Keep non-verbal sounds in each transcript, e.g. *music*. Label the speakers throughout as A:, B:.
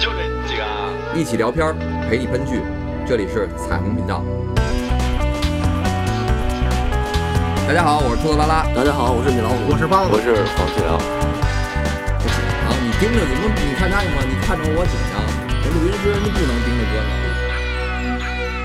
A: 就这几个啊。
B: 一起聊片儿，陪你喷剧，这里是彩虹频道。大家好，我是兔子拉拉。
C: 大家好，我是米老虎，我是包
D: 我，是黄四良，
B: 然后你盯着你们，你看他吗？你看着我紧张。我录音师人家不能盯着哥呢。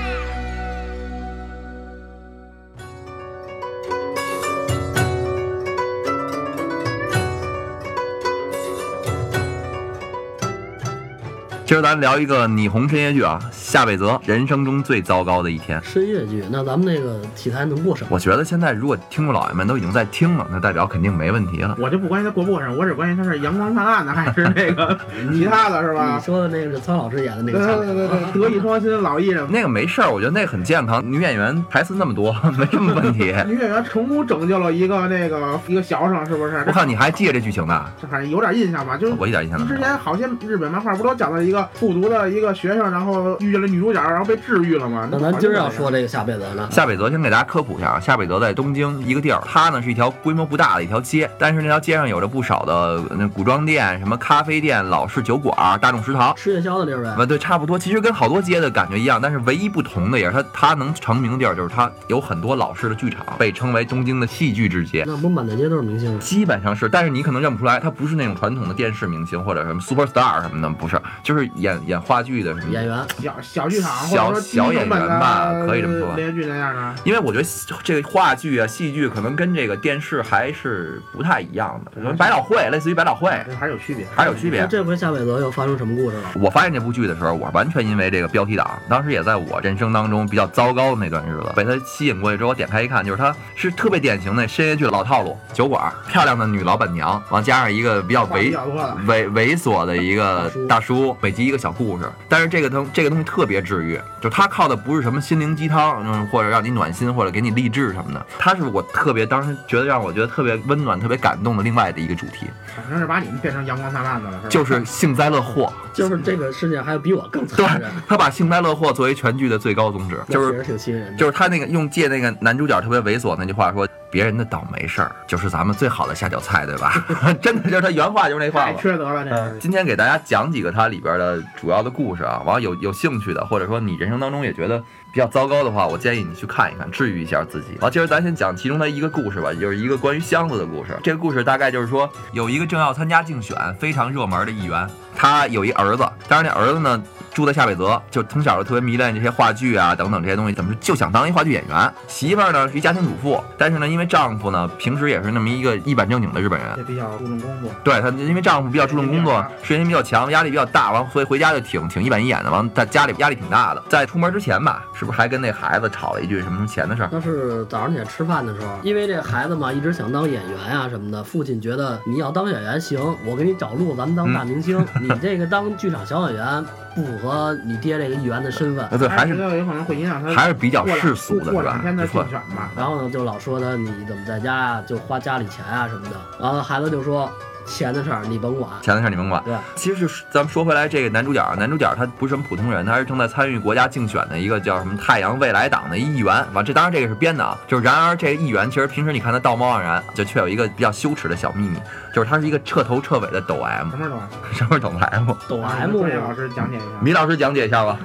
D: 今儿咱聊一个你红深夜剧啊，夏贝泽人生中最糟糕的一天。
C: 深夜剧，那咱们那个题材能过审？
D: 我觉得现在如果听众老爷们都已经在听了，那代表肯定没问题了。
E: 我就不关心他过不过审，我只关心他是阳光灿烂的还是那个
D: 嗯
E: 其他的，是
C: 你
E: 吧？
C: 说的那个是苍老师演的那
E: 对
C: 个
E: 对
C: 苍
E: 对
C: 老
E: 对，德艺双馨老艺人，
D: 那个没事儿，我觉得那个很健康。女演员台词那么多， *laughs* 没什么问题。 *laughs*
E: 女演员成功拯救了一个那个一个学生，是不是？
D: 我看你还记得这剧情呢？
E: 这好像有点印象吧？就是
D: 我一点印象都
E: 之
D: 没有。
E: 前好些日本漫画不都讲到一个复读的一个学生，然后遇见了女主角，然后被治愈了吗？
C: 那咱今儿要说这个下辈子呢，
D: 夏北泽先给大家科普一下啊，夏北泽在东京一个地儿，它呢是一条规模不大的一条街，但是那条街上有着不少的呃那古装店、什么咖啡店、老式酒馆、大众食堂。
C: 吃夜宵的地儿呗。
D: 啊，对，差不多，其实跟好多街的感觉一样，但是唯一不同的也是它它能成名的地儿，就是它有很多老式的剧场，被称为东京的戏剧之街。
C: 那不满大街都是明星吗？
D: 基本上是，但是你可能认不出来，它不是那种传统的电视明星或者什么 super star 什么的，不是，就是演演话剧的什么
C: 演
D: 的。
C: 员，
E: 小小剧场或
D: 小
E: 者说低
D: 小演
E: 成本
D: 员吧
E: 的
D: 可以这么说
E: 连续剧那样的。
D: 因为我觉得这个话剧啊、戏剧可能跟这个电视还是不太一样的，可能百老汇类似于百老汇，
E: 这还是有区别，
D: 还是有区
C: 那
D: 别。
C: 这回下辈子又发生什么故事了？
D: 我发现这部剧的时候，我完全因为这个标题党，当时也在我人生当中比较糟糕的那段日子，被它吸引过去之后，我点开一看，就是它是特别典型的深夜剧的老套路，酒馆漂亮的女老板娘，完加上一个比较
E: 话比
D: 猥
E: 较多的。
D: 猥猥琐的一个大叔，每集一个小故事，但是这个东这个东西特别治愈，就他靠的不是什么心灵鸡汤，嗯，或者让你暖心，或者给你励志什么的，他是我特别当时觉得让我觉得特别温暖、特别感动的另外的一个主题，
E: 反正是把你们变成阳光灿烂的了，是吧？
D: 就是幸灾乐祸。
C: *laughs* 就是这个世界上还有比我更
D: 对
C: 惨的人，
D: 他把幸灾乐祸作为全剧的最高宗旨，
C: 那
D: 就
C: 确
D: 是
C: 实挺吸引人的。
D: 就是他那个用借那个男主角特别猥琐那句话说。别人的倒霉事儿就是咱们最好的下酒菜，对吧？ *laughs* 真的就是他原话就是那话
E: 太
D: 了。
E: 缺德了，这个。
D: 今天给大家讲几个它里边的主要的故事啊，完了有有兴趣的，或者说你人生当中也觉得比较糟糕的话，我建议你去看一看，治愈一下自己。好，今儿咱先讲其中的一个故事吧，就是一个关于箱子的故事。这个故事大概就是说，有一个正要参加竞选非常热门的议员，他有一儿子，但是那儿子呢住在夏北泽，就从小就特别迷恋这些话剧啊等等这些东西，怎么说就想当一话剧演员。媳妇儿呢是一家庭主妇，但是呢因为丈夫呢平时也是那么一个一本正经的日本人，
E: 也比较注重工作，
D: 对她因为丈夫比较注重工作，事业心比较强，压力比较大，完所以回家就挺挺一板一眼的，完在家里压力挺大的。在出门之前吧，是不是还跟那孩子吵了一句什么什么钱的事儿？
C: 那是早上起来吃饭的时候，因为这孩子嘛，一直想当演员啊什么的。父亲觉得你要当演员行，我给你找路，咱们当大明星。
D: 嗯
C: 你这个当剧场小演员不符合你爹这个议员的身份。
D: 啊，对，还
E: 觉
D: 是
E: 得有可能会影响他
D: 还是比较
E: 过两
D: 世俗的
E: 过
D: 是
E: 两
D: 吧？
E: 天
D: 你
E: 的竞
D: 说嗯
E: 选吧。
C: 然后呢，就老说他你怎么在家啊，就花家里钱啊什么的。然后孩子就说钱的事儿你甭管。
D: 钱的事儿你甭管。
C: 对，
D: 其实是咱们说回来，这个男主角啊，男主角他不是什么普通人，他是正在参与国家竞选的一个叫什么“太阳未来党”的议员。完，这当然这个是编的啊，就是然而这个议员其实平时你看他道貌岸然，就却有一个比较羞耻的小秘密，就是他是一个彻头彻尾的抖 M，
E: 什么都玩。啊
D: 什么是抖 M？
C: 抖
E: 专业老
C: M
E: 师讲解一下。
D: 米老师讲解一下吧。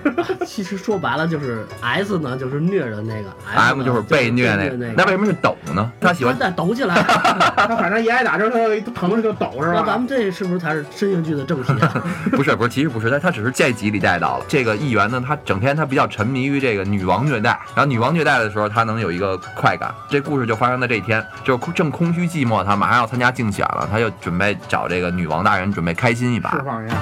C: 其实说白了就是 S 呢，就是虐人那个
D: M
C: 呢
D: 就是被虐那
C: 被
D: 个
C: 虐，
D: 那为什么是抖呢？他喜欢
C: 再
D: *laughs*
C: 抖起来。
E: 他反正一挨打之后，他一疼他就抖是
C: 那咱
E: 吧？
C: 们这是不是才是深夜剧的正题
D: *laughs*
C: 啊？
D: 不是不是，其实不是，他他只是这集里带到了这个议员呢，他整天他比较沉迷于这个女王虐待，然后女王虐待的时候，他能有一个快感。这故事就发生在这一天，就是空正空虚寂寞，他马上要参加竞选了，他就准备找这个女王大人准备开心一把
E: 释。放
D: *laughs*
E: 一下。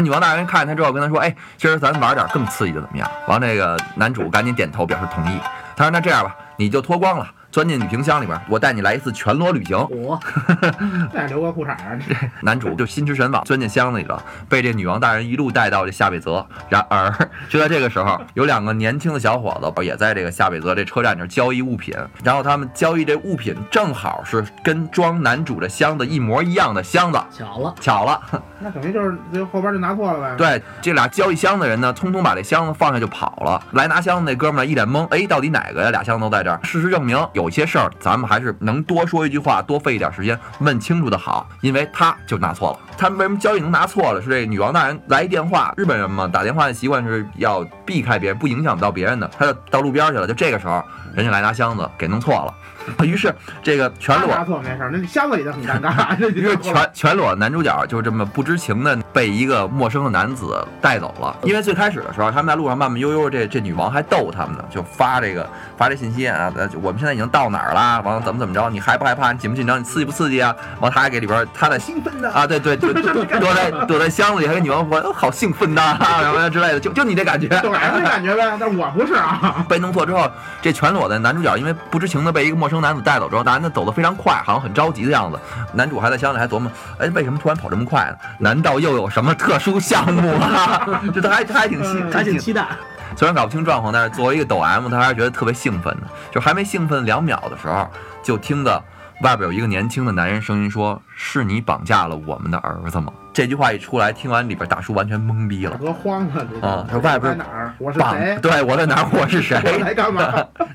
D: 女王大人看见他之后跟他说：“哎，今儿咱玩点更刺激的怎么样？”完，这个男主赶紧点头表示同意。他说：“那这样吧，你就脱光了，钻进女冰箱里边，我带你来一次全裸旅行。
C: 我
E: 再留个裤衩儿，
D: *laughs* 男主就心驰神往，钻进箱子里了，被这女王大人一路带到这夏贝泽。然而， *laughs* 就在这个时候，有两个年轻的小伙子也在这个夏贝泽这车站这儿交易物品，然后他们交易这物品正好是跟装男主的箱子一模一样的箱子。
C: 巧了，
D: 巧了，
E: 那等于就是就后边就拿错了呗。
D: 对这俩交易箱的人呢，匆匆把这箱子放下就跑了。来拿箱子那哥们儿一脸懵，哎，到底哪个呀？俩箱子都在这儿。事实证明，有些事儿咱们还是能多说一句话，多费一点时间问清楚的好，因为他就拿错了。他们为什么交易能拿错了？是这女王大人来一电话，日本人嘛，打电话的习惯是要避开别人，不影响到别人的。他就到路边去了，就这个时候，人家来拿箱子，给弄错了。于是这个全
E: 他
D: 裸
E: 拿错没事儿，那箱子里头很尴
D: *laughs*
E: 尬。那
D: 于是全全裸男主角就这么不知情的被一个陌生的男子带走了。因为最开始的时候，他们在路上慢慢悠悠，这这女王还逗他们呢，就发这个发这信息啊，呃我们现在已经到哪儿啦？完了怎么怎么着？你害不害怕？你紧不紧张？你刺激不刺激啊？完了他还给里边他在
E: 兴奋的
D: 啊，对对对，躲在躲在箱子里，还跟女王说哦好兴奋呐、什么之类的，就就你这感觉。
E: 懂 S 的感觉呗，但我不
D: *laughs*
E: 是啊。
D: 被弄错之后，这全裸的男主角因为不知情的被一个陌生男子带走之后，男的走得非常快，好像很着急的样子。男主还在箱子里还琢磨，哎，为什么突然跑这么快呢？难道又有什么特殊项目 *laughs* 啊？就他还他还挺细，
E: 嗯
C: 还
D: 还
C: 挺
D: 挺
C: 期待。
D: 虽然搞不清状况，但是作为一个抖 M，他还是觉得特别兴奋的。就还没兴奋两秒的时候，就听到外边有一个年轻的男人声音说：“是你绑架了我们的儿子吗？”这句话一出来，听完里边大叔完全懵逼
E: 大
D: 了。
E: 哥慌了，这
D: 啊他外边
E: 在哪儿？我是
D: 绑
E: 谁？
D: 对我在哪儿？我是谁？
E: 我来干嘛？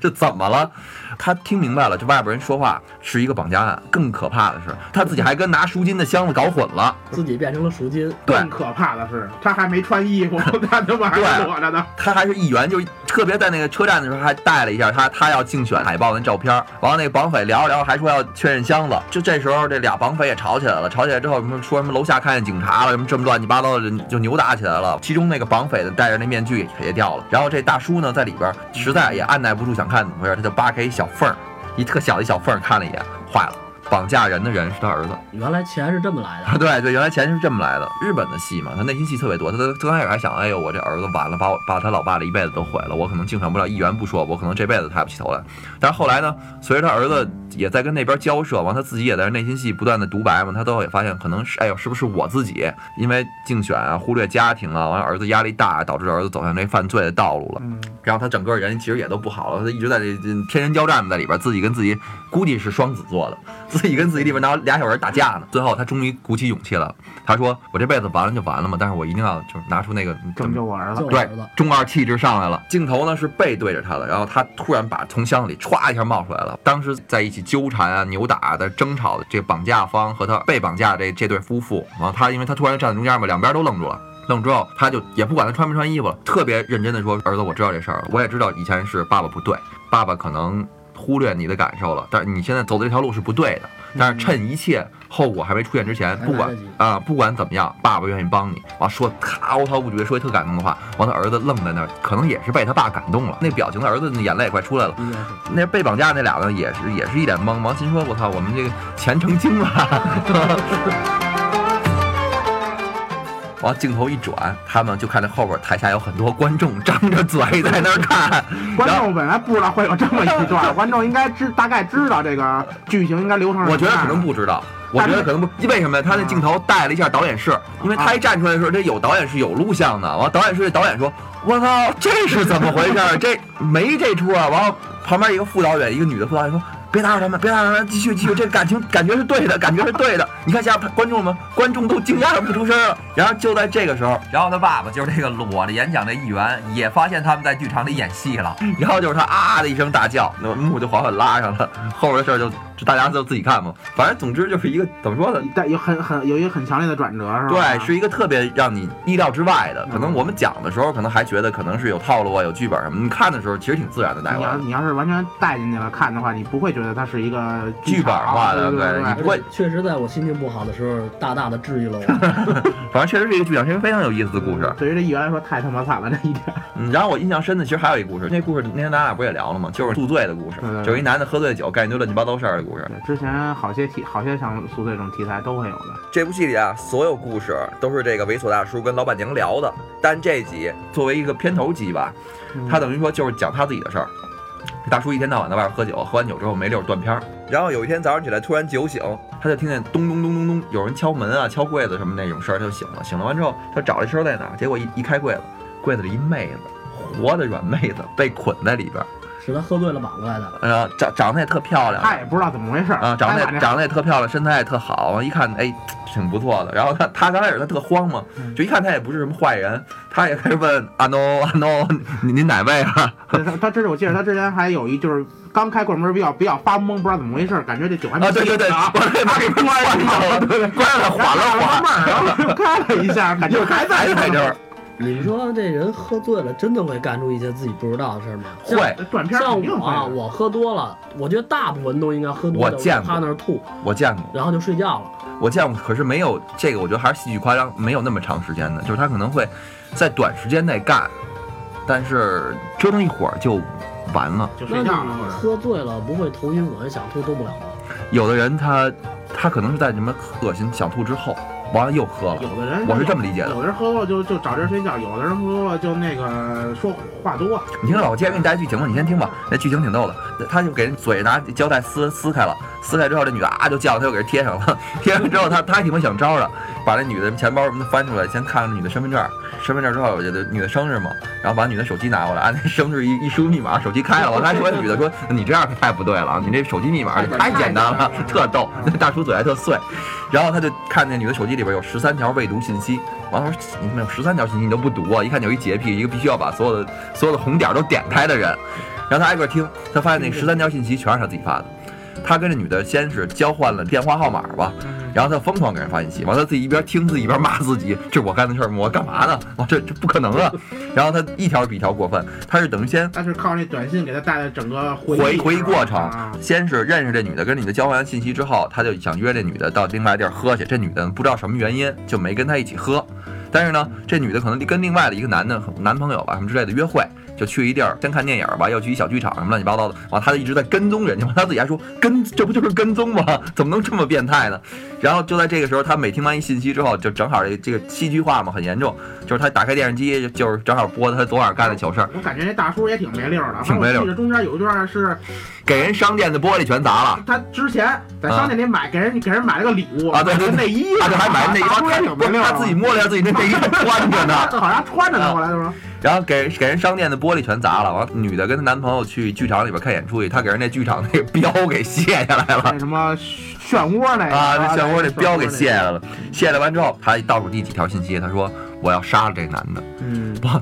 D: 这怎么了？他听明白了，这外边人说话是一个绑架案。更可怕的是，他自己还跟拿赎金的箱子搞混了。
C: 自己变成了赎金，
D: *laughs* 对
E: 更可怕的是，他还没穿衣
D: *laughs*
E: 服，他他妈还
D: 对
E: 裸着呢。
D: 他还是议员，就是特别在那个车站的时候还带了一下他他要竞选海报那照片儿。完了，那绑匪聊着聊着还说要确认箱子。就这时候，这俩绑匪也吵起来了。吵起来之后，什么说什么楼下看见警察了，什么这么乱七八糟的，就扭打起来了。其中那个绑匪的戴着那面具也也掉了。然后这大叔呢，在里边儿实在也按耐不住想看怎么回事，他就扒开一小缝儿，一特小的一小缝儿看了一眼，坏了，绑架人的人是他儿子。
C: 原来钱是这么来的。
D: 啊， *laughs* 对对，原来钱是这么来的。日本的戏嘛，他内心戏特别多。他他刚开始还想，哎呦，我这儿子完了，把我把他老爸的一辈子都毁了，我可能竞选不了议员不说，我可能这辈子抬不起头来。但是后来呢，随着他儿子也在跟那边交涉，完他自己也在内心戏不断的独白嘛，他最后也发现，可能是哎呦，是不是我自己因为竞选啊，忽略家庭啊，完了儿子压力大，导致儿子走向这犯罪的道路了。
E: 嗯，
D: 然后他整个人其实也都不好了，他一直在这这天人交战在里边，自己跟自己估计是双子座的， *laughs* 自己跟自己里边拿俩小人打架呢。最后他终于鼓起勇气了，他说：“我这辈子完了就完了嘛，但是我一定要就是拿出那个
E: 拯救我儿子
C: 就。
D: 对
C: 儿子，
D: 中二气质上来了。镜头呢是背对着他的，然后他突然把从箱子里歘一下冒出来了。啊当时在一起纠缠啊、扭打的、争吵的这绑架方和他被绑架这这对夫妇，然后他因为他突然站在中间嘛，两边都愣住了。愣之后，他就也不管他穿没穿衣服了，特别认真的说：“儿子，我知道这事儿了，我也知道以前是爸爸不对，爸爸可能忽略你的感受了，但是你现在走的这条路是不对的。但是趁一切后果还没出现之前，
C: 嗯还
D: 不
C: 来
D: 管
C: 得及
D: 啊、不管怎么样，爸爸愿意帮你。完说咔滔滔不绝，说一特感动的话。完他儿子愣在那儿，可能也是被他爸感动了，那表情，他儿子那眼泪也快出来了。
C: 应该是
D: 那被绑架那俩呢，也是也是一脸懵。王鑫说：“我操，我们这个钱成精了。”
C: *laughs*
D: 完，镜头一转，他们就看见后边台下有很多观众张着嘴在那儿看，
E: *laughs* 观
D: 然后
E: 众本来不知道会有这么一段，
D: *laughs*
E: 观众应该知大概知道这个剧情应该流程。
D: 我觉得可能，不知道，我觉得可能不，为什么呀？他那镜头带了一下导演室，因为他一站出来的时候，这有导演室有录像的。完，导演室的导演说：“我操，这是怎么回事儿？这没这出啊！”完，旁边一个副导演，一个女的副导演说。别打扰他们，别打扰他们，继续继续，这感情感觉是对的，感觉是对的。你看下边观众们，观众都惊讶的不出声了。然后就在这个时候，然后他爸爸就是那个裸着演讲的议员，也发现他们在剧场里演戏了。然后就是他啊的一声大叫，那幕就缓缓拉上了。后边的事儿就就大家就自己看吧。反正总之就是一个怎么说呢？
E: 但有很很有一个很强烈的转折，是吧？
D: 对，是一个特别让你意料之外的。可能
E: 嗯
D: 我们讲的时候，可能还觉得可能是有套路啊、有剧本什么。你看的时候，其实挺自然的带
E: 你
D: 过来
E: 要
D: 的。
E: 你要是完全带进去了看的话，你不会觉得它是一个
D: 剧本化的
E: 对
D: 对
E: 对
D: 你
C: 而
D: 不会
C: 且确实在我心情不好的时候，大大的治愈了
D: *laughs*
C: 我。
D: 反正确实是一个剧场，是一个非常有意思的
E: 对。
D: 故事。
E: 对于这议员来说太他妈惨了，这一
D: *laughs*
E: 点。
D: 嗯，然后我印象深的其实还有一故事，那故事那天咱俩不是也聊了吗？就是宿醉的故事
E: 对对，对
D: 就是一男的喝醉酒干一堆乱七八糟事儿的故事。
E: 对，之前好些题，好些像宿醉这种题材都会有的。
D: 这部戏里啊，所有故事都是这个猥琐大叔跟老板娘聊的，但这集作为一个片头集吧，
E: 嗯
D: 他等于说就是讲他自己的事儿。大叔一天到晚在外边喝酒，喝完酒之后没溜儿断片儿。然后有一天早上起来突然酒醒，他就听见咚咚咚咚咚有人敲门啊、敲柜子什么那种声儿，他就醒了。醒了完之后，他找这声儿在哪儿，结果一一开柜子，柜子里一妹子，活的软妹子被捆在里边儿，
C: 是他喝醉了绑过来的。
D: 然后长长得也特漂亮，
E: 他也不知道怎么回事儿
D: 啊，长得
E: 他俩
D: 也长得也特漂亮，身材也特好，完一看，哎，挺不错的。然后他他刚开始他特慌嘛，
E: 嗯
D: 就一看他也不是什么坏人，他也开始问阿 no 阿 no，您您哪位啊？
E: 对他他这是我记得他之前还有一就是刚开关门比较比较发懵，不知道怎么回事儿，感觉这酒还没
D: 啊，对对对，
E: 醒呢啊
D: 我这
E: 他给关上了，对对，
D: 关了，缓了
E: 然后
D: 缓，
E: 慢慢儿，然啊后又开了一
D: *laughs*
E: 下，感觉还
D: 还
E: 在
D: 在这儿，
C: 你说这人喝醉了，真的会干出一些自己不知道的事儿吗？像
D: 会。
E: 短片儿
C: 像
E: 肯定
C: 我
E: 会
C: 啊，
E: 的。
C: 我喝多了，我觉得大部分都应该喝多
D: 我
C: 的，
D: 见过
C: 趴那儿吐，
D: 我见过，
C: 然后就睡觉了。
D: 我见过，可是没有这个，我觉得还是戏剧夸张，没有那么长时间的，就是他可能会在短时间内干，但是折腾一会儿就完了。
E: 就
C: 那
E: 睡
C: 你
E: 觉了，或者
C: 喝醉了不会头晕恶心想吐吐不了吗？
D: 有的人他他可能是在什么恶心想吐之后，完了又喝了。
E: 有的人
D: 我是这么理解的
E: 有的人喝多了就就找地儿睡觉，有的人喝多了就那个说话多。
D: 你听着吧，我接着给你带剧情吧，你先听吧。那剧情挺逗的，他就给人嘴拿胶带撕撕开了，撕开之后这女的啊就叫，他又给人贴上了。 *laughs* 贴上之后，他他还挺会想招的，把那女的钱包什么的翻出来，先看看女的身份证。身份证之后，这女的生日嘛，然后把女的手机拿过来，啊按那生日一一 *laughs* 输密码，手机开了。我还说女的说你这样可太不对了，你这手机密码太简单了，特啊逗。那大叔嘴还特碎，然后他就看见女的手机里边有十三条未读信息，完了我说你怎么有十三条信息你都不读啊？一看就是一洁癖，一个必须要把所有的所有的红点都点开的人。然后他挨个听，他发现那十三条信息全是他自己发的。他跟这女的先是交换了电话号码吧，然后他疯狂给人发信息，完了他自己一边听自己一边骂自己，这是我干的事儿吗？我干嘛呢？哇，这这不可能啊！然后他一条比一条过分，他是等于先
E: 但是靠那短信给他带来整个回
D: 回
E: 忆
D: 回忆过程
E: 啊，
D: 先是认识这女的，跟这女的交换完信息之后，他就想约这女的到另外地儿喝去。这女的不知道什么原因就没跟他一起喝，但是呢，这女的可能跟另外的一个男的男朋友吧什么之类的约会，就去一地儿先看电影吧，要去一小剧场什么乱七八糟的。完，他就一直在跟踪人家嘛，他自己还说跟这不就是跟踪吗？怎么能这么变态呢？然后就在这个时候，他每听完一信息之后，就正好这这个戏剧化嘛，很严重，就是他打开电视机，就是正好播他昨晚干的糗事儿，
E: 啊我感觉那大叔也挺没溜儿的。
D: 挺没溜儿
E: 我记得中间有一段是
D: 给人商店的玻璃全砸了。
E: 他之前在商店里买给人给人买了个礼物
D: 啊对对对
E: *laughs* 买个内衣，
D: 他就还买内衣，
E: 大叔也挺没溜儿
D: 他
E: 的。
D: 自己摸了一下自己那内衣还穿着呢， *laughs*
E: 好像穿着
D: 啊
E: 呢，后来就说
D: 然后给给人商店的玻璃全砸了。完，女的跟她男朋友去剧场里边看演出去，她给人那剧场那个标给卸下来了
E: 那什么漩涡那个
D: 啊，那漩涡那
E: 那
D: 标给卸下来了。卸下来完之后，她倒数第几条信息，她说我要杀了这男的。 *laughs*
E: 嗯，
D: 哇，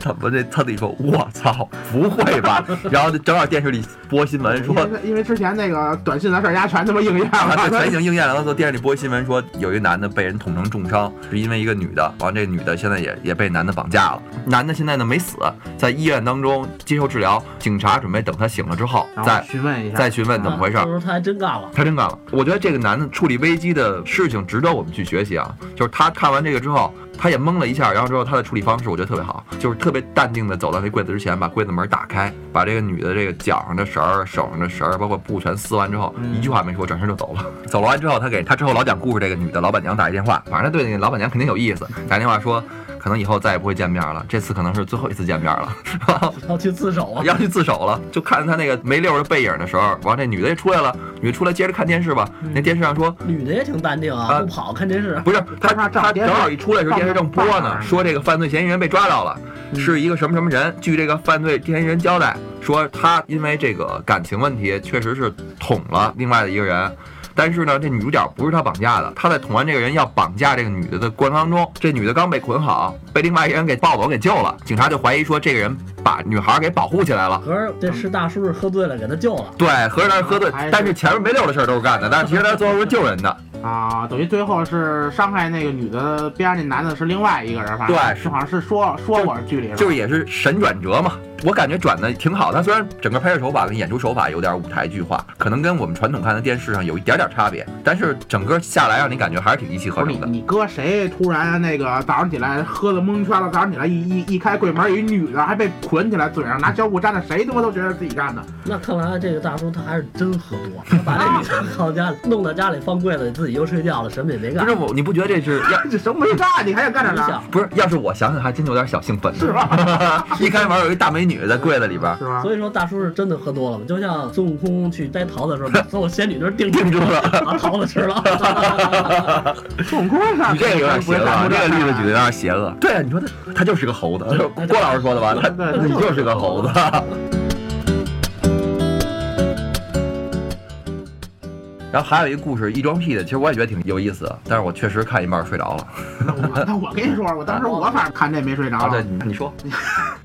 D: 他不这他自己说，我操，不会 *laughs* 吧？然后就正好电视里播新闻说
E: 因为因为之前那个短信的事儿，丫全他妈应验
D: 啊，
E: 了，
D: *laughs* 对，
E: *laughs*
D: 全已经应验了。当时电视里播新闻说，有一个男的被人捅成重伤，是因为一个女的。完，这女的现在也也被男的绑架了。男的现在呢没死，在医院当中接受治疗。警察准备等他醒了之后，
E: 然后
D: 再
E: 询问一下，
D: 再询问怎么回事
C: 啊
D: 儿
C: 这。时候他还真干了。
D: 他真干了。我觉得这个男的处理危机的事情值得我们去学习啊。就是他看完这个之后，他也懵了一下，然后之后他的处理方式我觉得特别好，就是特别淡定的走到那柜子之前，把柜子门打开，把这个女的这个脚上的绳儿、手上的绳儿，包括布全撕完之后，
E: 嗯
D: 一句话没说，转身就走了。走了完之后，他给他之后老讲故事这个女的老板娘打一电话，反正他对那个老板娘肯定有意思，打电话说。可能以后再也不会见面了，这次可能是最后一次见面了。然后
C: 要去自首啊！
D: 要去自首了，就看他那个没溜儿的背影的时候，完这女的也出来了，女的出来接着看电视吧，
E: 嗯
D: 那电视上说。
C: 女的也挺淡定
D: 啊
C: 啊，不跑看电视。
D: 不是他，
E: 他怕照
D: 他
E: 电
D: 正
E: 视
D: 好一出来的时候，电视正播
E: 放那嗯
D: 呢，
E: 儿
D: 说这个犯罪嫌疑人被抓到了，是一个什么什么人。据这个犯罪嫌疑人交代，说他因为这个感情问题，确实是捅了另外的一个人，但是呢，这女主角不是他绑架的，他在捅完这个人要绑架这个女的的过程当中，这女的刚被捆好，被另外一个人给抱走给救了，警察就怀疑说这个人把女孩给保护起来了。
C: 可是这是大叔是喝醉了给他救了，
D: 对，合着他是喝醉
E: 还，是
D: 但是前面没溜的事儿都是干的，但是其实他最后是救人的。
E: 啊，等于最后是伤害那个女的边上那男的是另外一个人，反正
D: 对是
E: 是好像是说说过剧里吧
D: 就是也是神转折嘛。我感觉转的挺好，它虽然整个拍摄手法跟演出手法有点舞台剧化，可能跟我们传统看的电视上有一点点差别，但是整个下来让你感觉还是挺一气呵
E: 不是你
D: 成的。
E: 你哥谁突然那个早上起来喝的蒙圈了，早上起来一一一开柜门，有一女的还被捆起来，嘴上拿胶布粘着，谁他妈都觉得自己干的。 *laughs*
C: 那看来这个大叔他还是真喝多，他把这女
D: 啊
C: *laughs* 的靠家弄到家里放柜子里，自己又睡觉了，什么也没干
D: 不是。我，你不觉得这是要
E: 这什啊么没干？你还想干点
C: 你
E: 啥？
C: 想，
D: 不是？要是我想想，还真有点小兴奋呢。
E: 是吧？
D: *laughs* 一开门有一大美女，女在柜子里边
E: 是吧？
C: 所以说大叔是真的喝多了嘛，就像孙悟空去摘桃子的时候，把所有仙女都是定
D: 定住了。
C: 把桃子吃了。
E: 孙悟空上
D: 你这个有点邪恶啊，这个例子举的有点邪恶。对啊，你说他他就是个猴子，就是郭老师说的吧？他
E: 对
D: 你就是个猴子。 *laughs* 然后还有一个故事，异装癖的，其实我也觉得挺有意思的，但是我确实看一半睡着了。
E: 那 *laughs* 我那我跟你说，我当时我反正看这没睡着
D: 啊，对，你你说，
E: 因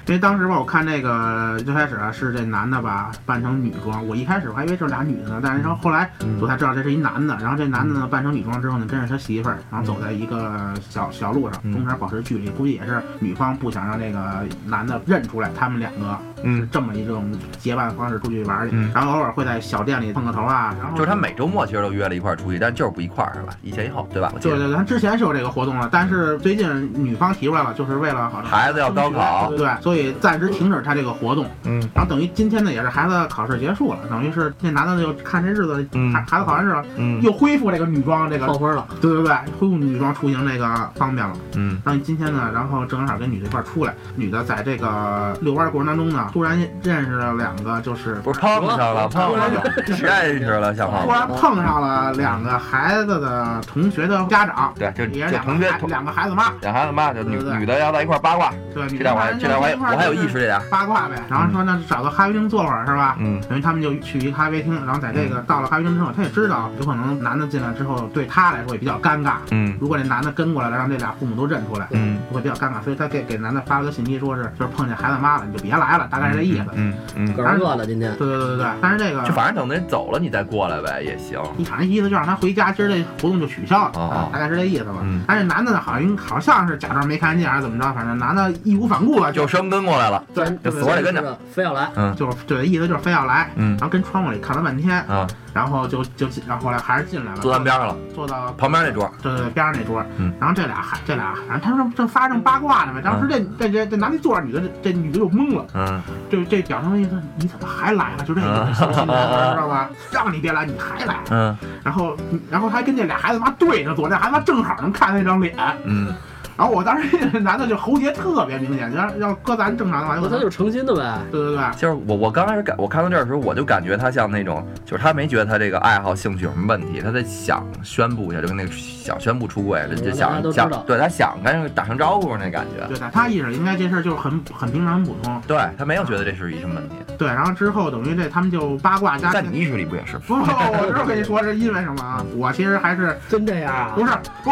E: 为当时吧，我看这个最开始啊是这男的吧扮成女装，我一开始我还以为就是俩女的呢，但是说后来
D: 嗯
E: 我才知道这是一男的，然后这男的呢扮成女装之后呢，真是他媳妇儿，然后走在一个小小路上，
D: 嗯
E: 中间保持距离，估计也是女方不想让这个男的认出来他们两个是
D: 嗯，
E: 这么一种结伴方式出去玩儿去，
D: 嗯
E: 然后偶尔会在小店里碰个头啊，然后
D: 就是他每周末其实都约了一块儿出去，但就是不一块儿是吧？一前一后，对吧？我记
E: 对
D: 得
E: 对，咱之前是有这个活动了，但是最近女方提出来了，就是为了好
D: 孩子要高考，
E: 对，所以暂时停止他这个活动。
D: 嗯，
E: 然后等于今天呢，也是孩子考试结束了，等于是那男的就看这日子，
D: 嗯
E: 孩孩子考完试了，
D: 嗯哦
E: 又恢复这个女装这个
C: 扣，分了，
E: 对对对，恢复女装出行这个方便了。
D: 嗯
E: 然后今天呢，然后正好跟女的一块儿出来，女的在这个遛弯儿过程当中呢，突然认识了两个，就是
D: 不是碰上了，碰上了，认识了，小
E: 突
D: 胖子。
E: 然碰上了两个孩子的同学的家长，
D: 对，就
E: 也
D: 就是
E: 两
D: 同学
E: 个孩
D: 同
E: 两个孩子妈，
D: 两孩子妈，就女
E: 对对对
D: 女的要在一块儿八卦，
E: 对，女
D: 这
E: 的
D: 点我还这点我还我还有意识这嗯点。
E: 八卦呗。然后说那找个咖啡厅坐会儿是吧？
D: 嗯
E: 等于他们就去一咖啡厅，然后在这个到了咖啡厅之后，他也知道有可能男的进来之后对他来说也比较尴尬。
D: 嗯
E: 如果这男的跟过来了，让这俩父母都认出来，
D: 嗯，
E: 会比较尴尬。所以他给给男的发了个信息，说是就是碰见孩子妈了，你就别来了，大概是这意思。
D: 嗯嗯，
C: 个儿饿了今天。
E: 对对对对对，但是这个
D: 就反正等那走了你再过来呗也行。
E: 你反正意思就让他回家，今儿这活动就取消了，
D: 哦
E: 大概是这意思吧。
D: 嗯
E: 但是男的呢，好像好像是假装没看见还是怎么着，反正男的义无反顾了，
D: 就
E: 就
D: 生跟过来了，
E: 对
D: 就死活得跟着。
C: 着，非要来。
E: 就对，意思就是非要来，
D: 嗯
E: 然后跟窗户里看了半天，
D: 啊，
E: 然后就就进，然后后来还是进来了，
D: 坐咱边上了，
E: 坐到
D: 旁边那桌，
E: 对对对呃边上那桌，
D: 嗯
E: 然后这俩还这俩，然后他们正发正八卦呢嘛，当时这、这这这男的坐着，女的这这女的就懵了，
D: 嗯，
E: 这这表情意思你怎么还来了？就这个
D: 啊
E: 小心眼知道吧？让你别来，你还来，
D: 嗯
E: 然后然后他还跟这俩孩子妈对着坐，这孩子妈正好能看那张脸，
D: 嗯，
E: 然后我当时 *laughs* 这男的就喉结特别明显，要要搁咱正常的话，有
C: 那哦他
E: 可能
C: 就是诚心的呗，
E: 对对对。
D: 就是我我刚开始感我看到这儿的时候，我就感觉他像那种，就是他没觉得他这个爱好兴趣有什么问题，他在想宣布一下，就跟那个想宣布出柜，
E: 嗯
D: 就想想对他想跟打声招呼那感觉，
E: 对，在他意识里应该这事儿就是很很平常、很普通。
D: 对他没有觉得这是一什么问题，
E: 对，然后之后等于这他们就八卦加
D: 在你意识里不也是吗？
E: *laughs* 不，我知道跟你说是因为什么啊？我其实还是
C: 真这样啊
E: 不是 *laughs* 不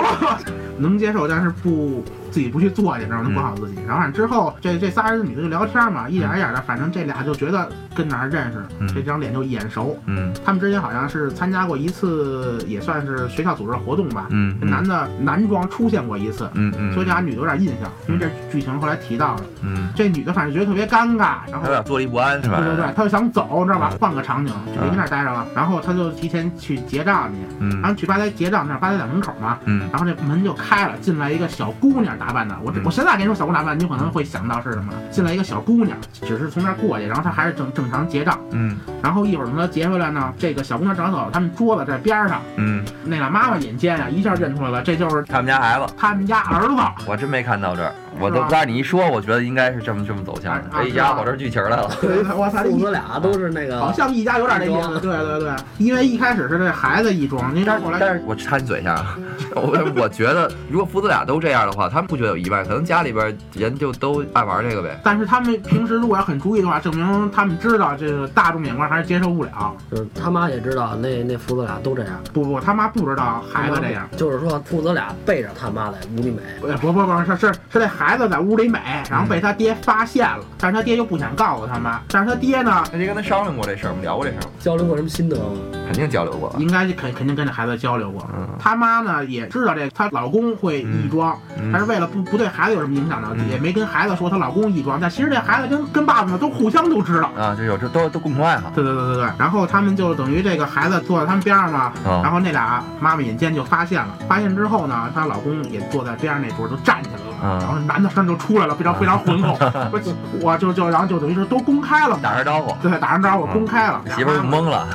E: 能接受，但是不自己不去做去，然后
D: 嗯
E: 管好自己。然后反正之后这这仨人女的就聊天嘛，一点一点的，反正这俩就觉得跟哪儿认识，
D: 嗯
E: 这张脸就眼熟。
D: 嗯
E: 他们之前好像是参加过一次，也算是学校组织的活动吧。
D: 嗯
E: 这男的男装出现过一次，
D: 嗯嗯，
E: 所以这俩女的有点印象，因为这剧情后来提到了。
D: 嗯，
E: 这女的反正觉得特别尴尬，然
D: 他
E: 后
D: 有点坐立不安是吧？
E: 对对对，他就想走，知道
D: 嗯
E: 吧？换个场景，就别跟那儿待着了。然后他就提前去结账去，然后
D: 嗯
E: 去吧台结账那儿，吧台在门口嘛。
D: 嗯
E: 然后这门就开了，进来一个小姑娘打扮的。我
D: 嗯
E: 我现在跟你说小姑娘打扮，你有可能会想到是什么？进来一个小姑娘，只是从那儿过去，然后她还是正正常结账。
D: 嗯
E: 然后一会儿等她结回来呢，这个小姑娘正好走，他们桌子在边上，
D: 嗯，
E: 那俩妈妈眼尖啊，一下认出来了，这就是
D: 他们家孩子。
E: 他们家儿子。
D: *laughs* 我真没看到这儿，我
E: 是
D: 都
E: 吧
D: 但是你一说，我觉得应该是这么这么走向的。
E: 啊
D: 哎呀，跑这剧情来了，
E: 对，我操，这
C: 父
E: 一
C: 子俩都是那个，
E: 好像一家有点这意思。对对对，因为一开始是这孩子一装，因为
D: 但
E: 后来
D: 是但是我插你嘴一下啊，我我觉得如果父子俩都这样的话，他们不觉得有意外，可能家里边人就都爱玩这个呗。
E: 但是他们平时如果要很注意的话，证明他们知道这个大众眼光还是接受不了。
C: 就是他妈也知道那那父子俩都这样，
E: 不不，他妈不知道孩子这样。
C: 就是说父子俩背着他妈在屋里美，
E: 不哎不不不，是是是这孩子在屋里美，然
D: 嗯
E: 后被他爹发现了，但是他爹又不想告诉他妈，但是他爹呢，
D: 那爹跟他商量过这事儿吗？聊过这事儿吗？
C: 交流过什么心得吗？
D: 肯定交流过了。
E: 应该是肯肯定跟这孩子交流过。
D: 嗯
E: 他妈呢也知道这她老公会易装，但是
D: 嗯
E: 为了不不对孩子有什么影响呢，
D: 嗯
E: 也没跟孩子说她老公易装。但其实这孩子跟跟爸爸呢都互相都知道。
D: 啊，这有这都都共同爱好。
E: 对对对对对，然后他们就等于这个孩子坐在他们边上嘛，
D: 嗯
E: 然后那俩妈妈眼尖就发现了，发现之后呢，她老公也坐在边上那桌就站起来了，
D: 嗯
E: 然后男的声就出来了，非常非常浑
D: *laughs*
E: 厚，我我就就然后就等于是都公开了嘛，
D: 打声招呼，
E: 对，打声招呼
D: 嗯
E: 公开了，
D: 媳妇儿就
E: 懵，
D: 懵了。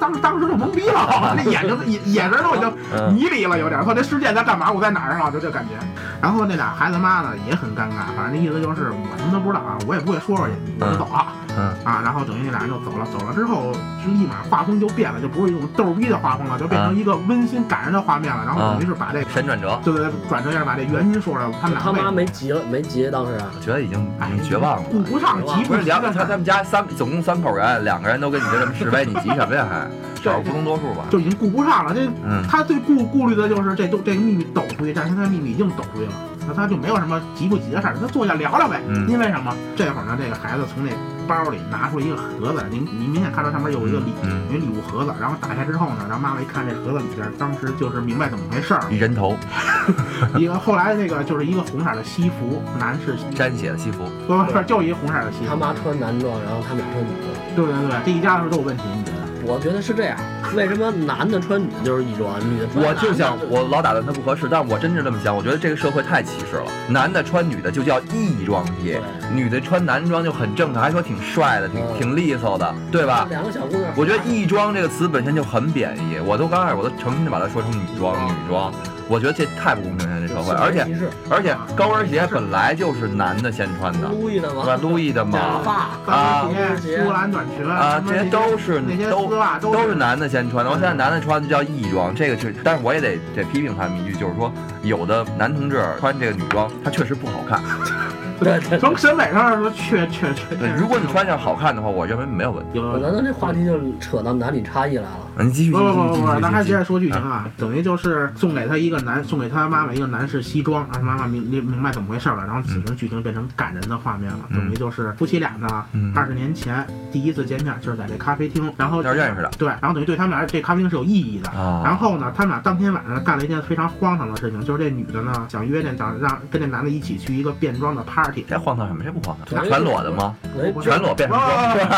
E: 当当时就懵逼
D: *laughs*
E: 了，那眼睛眼眼神都已经
D: 嗯
E: 迷离了，有点儿。说这世界在干嘛？我在哪儿啊？就这感觉。然后那俩孩子妈呢也很尴尬，反正那意思就是我什么都不知道啊，我也不会说出去，我就走了。
D: 嗯
E: 啊，然后等于那俩人就走了，走了之后就立马画风就变了，就不是一种逗逼的画风了，就
D: 嗯
E: 变成一个温馨感人的画面了。然后等于是把这
D: 神转折，
E: 对对对，转折一下把这原因说了，他们
C: 他
E: 俩为
C: 妈没急了，没急，当时啊
D: 我觉得已经
E: 哎
D: 已经绝望
E: 顾
D: 了。
E: 不上急
D: 不是
E: 急
D: 两
E: 的
D: 个
E: 事
D: 他他
E: 儿，
D: 们家三总共三口人，两个人都跟你就这么示威，你急什么呀还？少数服从多数吧。
E: 就已经顾不上了。这
D: 嗯，
E: 他最顾顾虑的就是这都这个秘密抖出去，但是他的秘密已经抖出去了，那他就没有什么急不急的事儿，他坐下聊聊呗。
D: 嗯
E: 因为什么？这会儿呢，这个孩子从那包里拿出一个盒子，您您明显看到上面有一个礼
D: 嗯
E: 有一礼物盒子，然后打开之后呢，然后妈妈一看这盒子里边，当时就是明白怎么回事儿
D: *laughs*
E: 了。
D: 一人头
E: 一个后来那个就是一个红色的西服，男士西服，
D: 沾血的西服，
E: 不不不，就一个红色的西
C: 他
E: 服。
C: 妈穿男装，然后他们俩穿女装。
E: 对对对，这一家子都有问题，你觉得？
C: 我觉得是这样，为什么男的穿女的就是一装，女的穿
D: 我
C: 男的
D: 就想我老打断他不合适，但我真是这么想，我觉得这个社会太歧视了，男的穿女的就叫异装癖
C: 对，
D: 女的穿男装就很正常，还说挺帅的，挺
C: 嗯
D: 挺利索的，对吧？
C: 两个小姑娘，
D: 啊我觉得“异装”这个词本身就很贬义，我都刚开始我都诚心的把它说成女装，女装，我觉得这太不公平了，这社会，而且
C: 歧视
D: 而且高跟鞋本来就是男的先穿的，
C: 故意的
D: 对吧？
C: 吗？
D: 路易的
C: 假
D: 嘛，
C: 发，
E: 高
C: 啊
E: 跟鞋、苏格兰短裙
D: 啊，
E: 什么
D: 这些都是
E: 那些
D: 都
E: 丝袜
D: 都是
E: 是
D: 男的先穿的，然后现在男的穿的叫异装，这个确实，但是我也得得批评他们一句，就是说有的男同志穿这个女装，他确实不好看。
C: 对 *laughs* 对。
E: 从审美上说确确确。
D: 对，如果你穿上好看的话，我认为没有问题。嗯
E: 有
C: 难道这话题就扯到男女差异来了？
D: 你继续，继
E: 不
D: 续
E: 不不不，咱还
D: 继续继续
E: 接着。说剧情啊，等于就是送给他一个男，送给他妈妈一个男士西装，让他妈妈明明明白怎么回事了，然后此情剧情变成感人的画面了，
D: 嗯
E: 等于就是夫妻俩呢
D: 嗯，
E: 二十年前第一次见面就是在这咖啡厅，然后
D: 那是认识的
E: 对，然后等于对他们俩这咖啡厅是有意义的。
D: 啊，
E: 然后呢，他们俩当天晚上干了一件非常荒唐的事情，就是这女的呢想约这想让跟这男的一起去一个变装的 party，
D: 这荒唐什么？这不荒
C: 对
D: 唐，全裸的吗？
C: 人
E: 不是
D: 全裸变成
E: 啊
D: 装，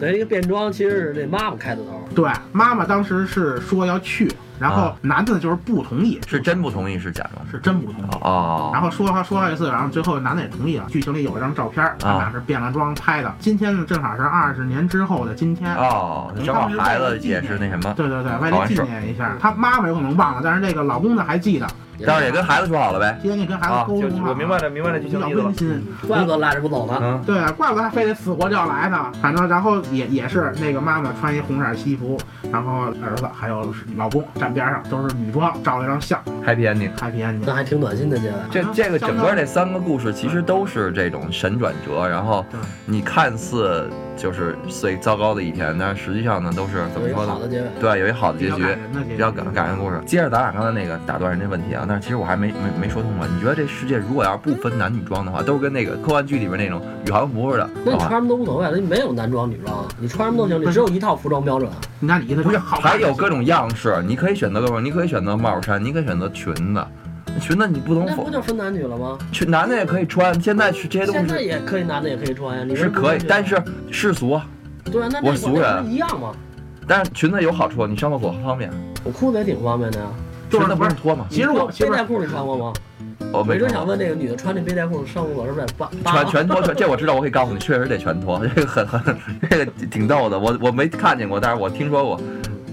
C: 人一个变装，其实是这妈妈开的头，
E: *laughs* 对，妈妈当时是说要去，然后
D: 啊
E: 男的就是不同意，
D: 是真不同意是假装的？
E: 是真不同意。
D: 哦，
E: 然后说话说话一次，然后最后男的也同意了。剧情里有一张照片，
D: 啊
E: 他们俩是变了装拍的。今天呢，正好是二十年之后的今天。
D: 哦，正好孩子也是那什么，
E: 对对对，为
D: 好
E: 了
D: 像
E: 纪
D: 是
E: 念一下，他妈妈有可能忘了，但是这个老公呢还记得。
D: 但是也跟孩子说好了呗。
E: 今天你跟孩
D: 啊，
E: 子沟
D: 就
E: 通了，
D: 我明白了，明白了，
E: 比
D: 就
E: 较
D: 清意思了
E: 温。馨。
C: 怪不得拉着不走呢。
D: 嗯，
E: 对，啊怪不得他非得死活就要来呢。反正然后也也是那个妈妈穿一红色西服，然后儿子还有老公站边上都是女装，照了一张相
D: ，Happy ending。
E: ，Happy Ending。
C: 那还挺暖心的结尾。
D: 这这个整个这三个故事其实都是这种神转折，然后
E: 对
D: 你看似就是最糟糕的一天，但是实际上呢都是怎么
C: 有一
D: 说
C: 个好的
D: 呢？
C: 结尾，
D: 对，有一好的
E: 比
D: 结
E: 较
D: 局，
E: 感人的结局，
D: 比较感感人的故事。接着咱俩刚才那个打断人家问题啊，但是其实我还没没没说通啊。你觉得这世界如果要是不分男女装的话，都是跟那个科幻剧里边那种宇航服似的，
C: 那你
D: 好吧嗯
C: 穿什么都无所谓了，你没有男装女装，啊你穿什么都行，你只有一套服装标准。啊
E: 那你意思
D: 不是，
E: 好
D: 还有各种样式，你可以选择各种，你可以选择帽衫，你可以选择裙子，裙子你不能
C: 那
D: 否
C: 不，就分男女了吗？
D: 裙男的也可以穿，现在是这些东
C: 现在
D: 西
C: 也可以男的也可以穿呀，你
D: 是可以，但
C: 是
D: 是世俗啊，
C: 对啊，那
D: 我
C: 这
D: 俗人
C: 不是一样吗？
D: 但是裙子有好处，你上厕所方便，
C: 我裤子也挺方便的呀。
E: 就
D: 裙
E: 是
D: 子不
E: 不是
D: 是脱吗？
E: 其实我
C: 你
E: 其
C: 背
E: 实
C: 带裤你穿过吗？
D: 我
C: 我
D: 没
C: 一直
D: 穿
C: 想
D: 过。
C: 问那个女的穿这背带裤上厕所是不是得
D: *laughs*
C: 扒扒
D: 全
C: *laughs* 吗？
D: 全脱全，这我知道，我可以告诉你，确实得全脱，这个很很，这个挺逗的。我我没看见过，但是我听说过，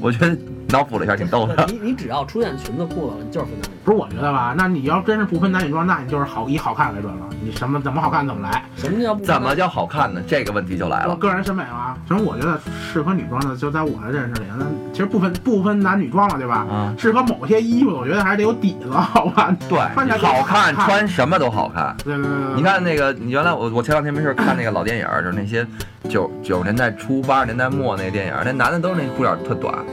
D: 我觉得脑补了一下，挺逗
E: *laughs*
D: 的。
C: 你你只要出现裙子裤子了，你就是分男女。
E: 不是我觉得吧？那你要真是不分男女装，那你就是好以好看为准了，你什么怎么好看怎么来。
C: 什么叫不分
D: 怎
C: 男
D: 么叫好看呢？这个问题就来
E: 我
D: 了。
E: 个人审美啊，其实我觉得适合女装的，就在我的认识里，那其实不分不分男女装了，对吧？
D: 啊，
E: 适合某些衣服，我觉得还是得有底子，好吧？
D: 对，
E: 穿起来就
D: 好看，
E: 好看嗯
D: 穿什么都好看。
E: 对对对对，
D: 你看那个，你原来我我前两天没事看那个老电影儿，就是那些九九十年代初八十年代末那个电影儿，那男的都是那裤衩特短
C: 啊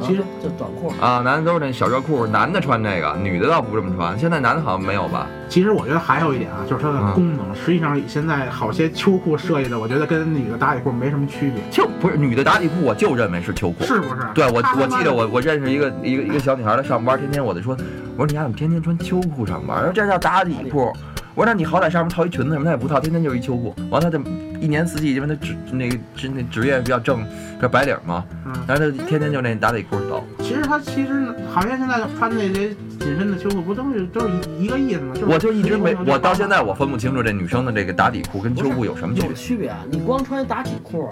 E: 其实
C: 就短裤。
D: 啊，男的都是那小热裤，男的穿这个，女的倒不这么穿。现在男的好像没有吧？
E: 其实我觉得还有一点啊，就是它
D: 嗯
E: 的功能。实际上现在好些秋裤设计的，我觉得跟女的打底裤没什么区别，
D: 就不是女的打底裤，我就认为是秋裤。
E: 是不是？
D: 对我
E: 他，他
D: 我
E: 妈
D: 记得
E: 的
D: 我我认识一个一个一个小女孩，她上班天天我就说，我说你丫怎么天天穿秋裤上班？她啊说这叫打底裤。我说那你好歹上面套一裙子什么，她也不套，天天就是一秋裤。完了她就一年四季，因为她职那个职那职业比较正，比较白领嘛，
E: 嗯
D: 但是她天天就那打底裤走。
E: 其实它其实好像现在穿那些紧身的秋裤，不都是都是一一个意思吗？就是
D: 我就一直没
E: 功能，就
D: 我到
E: 好
D: 现在我分不清楚这女生的这个打底裤跟秋裤有什么区
C: 有啊
D: 别
C: 区别，你光穿打底裤，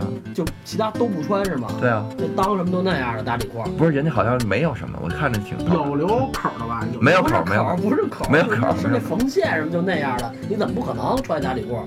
D: 嗯
C: 就其他都不穿是吗？
D: 对啊，
C: 那裆什么都那样的大底裤，
D: 不是人家好像没有什么，我看着挺
E: 有留口的吧？有
D: 没有
C: 不是
D: 口没有
C: 口，不是口，
D: 没有
C: 就是
D: 口
C: 是
D: 没
C: 那
D: 有
C: 缝线什么就那样的，你怎么不可能穿大底裤？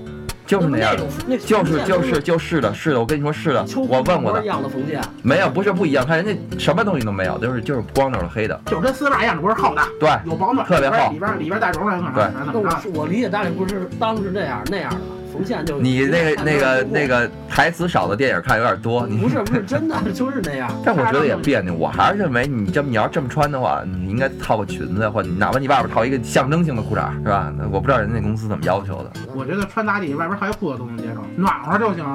D: 就是那样
C: 种
D: 的，，
C: 那
D: 就是就是就是的，是的，我跟你说是的，
C: 秋裤
D: 我问过嗯
C: 一
D: 的，
C: 样的缝线，
D: 没有不是不一样，看人家什么东西都没有，就是就是光头的黑的，
E: 就跟丝袜一样，只不过是厚的，
D: 对，
E: 有保暖，
D: 特别厚
E: 里边里边带绒的，可
D: 对
E: 能可能
C: 那
E: 怎么
D: 嗯
C: 我
E: 着？
C: 是我理解大理裤是裆是这样那样的，缝线就是
D: 你那个那个那个台词少的电影看有点多，你
C: 不是不是真的 *laughs* 就是那样，
D: 但我觉得也别扭，我还是认为你这么你要这么穿的话，你应该套个裙子，或者你哪怕你外边套一个象征性的裤衩，是吧？那我不知道人家公司怎么要求的。
E: 我觉得穿打底外边还有裤子都能接受，暖和就行。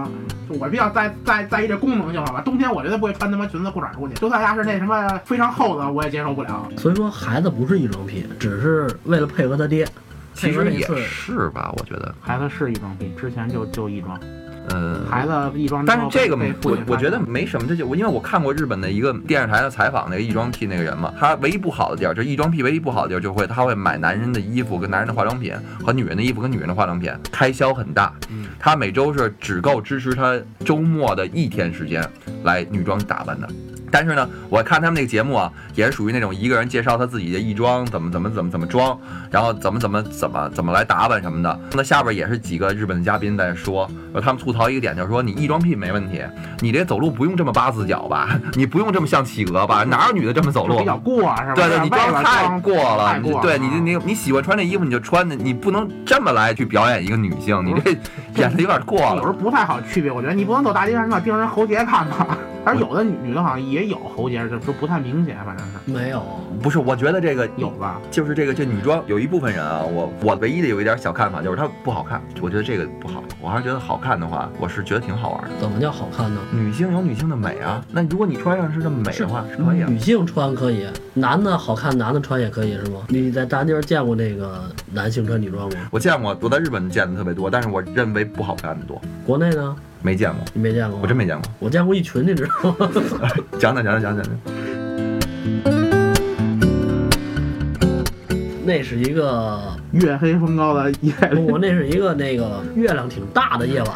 E: 就我比较在在在意这功能性好吧，冬天我绝对不会穿他妈裙子裤衩出去，就算要是那什么非常厚的，我也接受不了。
C: 所以说孩子不是一整品，只是为了配合他爹。
D: 其实也
C: 配合那一次
D: 是吧，我觉得，
E: 孩子是一装逼，之前就就一装，
D: 呃，
E: 孩子一装之后
D: 但
E: 被。
D: 是这个
E: 被父
D: 我
E: 亲
D: 我
E: 发
D: 觉
E: 现
D: 得没什么，这就我因为我看过日本的一个电视台的采访，那个易装癖那个人嘛，他唯一不好的地儿，就是易装癖唯一不好的地儿就会他会买男人的衣服跟男人的化妆品和女人的衣服跟女人的化妆品，开销很大。
E: 嗯
D: 他每周是只够支持他周末的一天时间来女装打扮的。但是呢，我看他们那个节目啊，也是属于那种一个人介绍他自己的衣装，怎么怎么怎么怎么装，然后怎么怎么怎么怎么来打扮什么的。那下边也是几个日本的嘉宾在说，呃他们吐槽一个点，就是说你易装癖没问题，你这走路不用这么八字脚吧， *laughs* 你不用这么像企鹅吧，哪有女的这么走
E: 就
D: 路
E: 比？较过是吧？
D: 对对，你
E: 外
D: 装
E: 边
D: 太
E: 装
D: 过了，
E: 太
D: 你
E: 过了
D: 对你你你喜欢穿这衣服你就穿，你不能这么来去表演一个女性，你这演的有点过
E: 有时
D: 了。
E: 候不太好区别，我觉得你不能走大街上，你老盯着人喉结看吧。而有的女的好像也有喉结，就就不太明显，反正是
C: 没有，
D: 不是，我觉得这个
E: 有吧。
D: 就是这个这女装有一部分人啊，我我唯一的有一点小看法就是它不好看，我觉得这个不好，我还是觉得好看的话，我是觉得挺好玩的。
C: 怎么叫好看呢？
D: 女性有女性的美啊，那如果你穿上是这么美的话，是可以啊。
C: 女性穿可以，男的好看，男的穿也可以是吗？你在大街上见过那个男性穿女装吗？
D: 我见过，我在日本见的特别多，但是我认为不好看的多，
C: 国内呢？
D: 没见过，
C: 你没见过？
D: 我真没见过。
C: 我见过一群，你知道吗？ *laughs*
D: 讲讲讲讲讲讲，
C: 那是一个，
E: 月黑风高的夜里，
C: 我那是一个那个月亮挺大的夜晚。